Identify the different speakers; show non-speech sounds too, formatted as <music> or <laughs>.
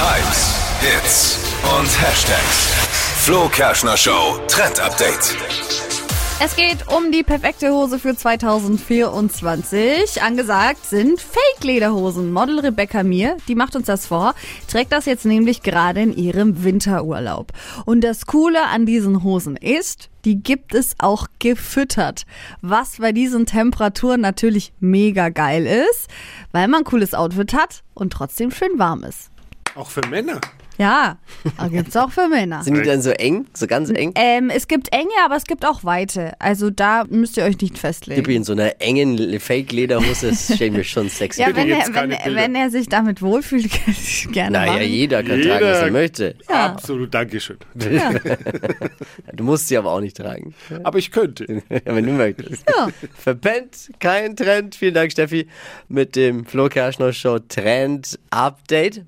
Speaker 1: Hypes, Hits und Hashtags. Flo Kerschner Show Trend Update.
Speaker 2: Es geht um die perfekte Hose für 2024. Angesagt sind Fake-Lederhosen. Model Rebecca Mir, die macht uns das vor, trägt das jetzt nämlich gerade in ihrem Winterurlaub. Und das Coole an diesen Hosen ist, die gibt es auch gefüttert. Was bei diesen Temperaturen natürlich mega geil ist, weil man ein cooles Outfit hat und trotzdem schön warm ist.
Speaker 3: Auch für Männer.
Speaker 2: Ja, da gibt's auch für
Speaker 4: <laughs>
Speaker 2: Männer.
Speaker 4: Sind die dann so eng, so ganz eng?
Speaker 2: Ähm, es gibt enge, aber es gibt auch weite. Also da müsst ihr euch nicht festlegen.
Speaker 4: Ich bin in so einer engen Le- Fake-Lederhose, das stelle ich mir schon sexy
Speaker 2: Ja,
Speaker 4: vor.
Speaker 2: wenn
Speaker 3: gibt's
Speaker 2: er, wenn,
Speaker 3: keine
Speaker 2: er-
Speaker 3: Bilder.
Speaker 2: wenn er sich damit wohlfühlt, <laughs> kann ich gerne
Speaker 4: Naja,
Speaker 2: machen.
Speaker 4: jeder kann tragen, was er möchte.
Speaker 2: Ja.
Speaker 3: Absolut, Dankeschön.
Speaker 4: Du musst sie aber auch nicht tragen, <laughs>
Speaker 3: Aber ich könnte.
Speaker 4: wenn du möchtest.
Speaker 2: Ja.
Speaker 4: Verpennt, kein Trend. Vielen Dank, Steffi, mit dem Flo Kerschner Show Trend Update.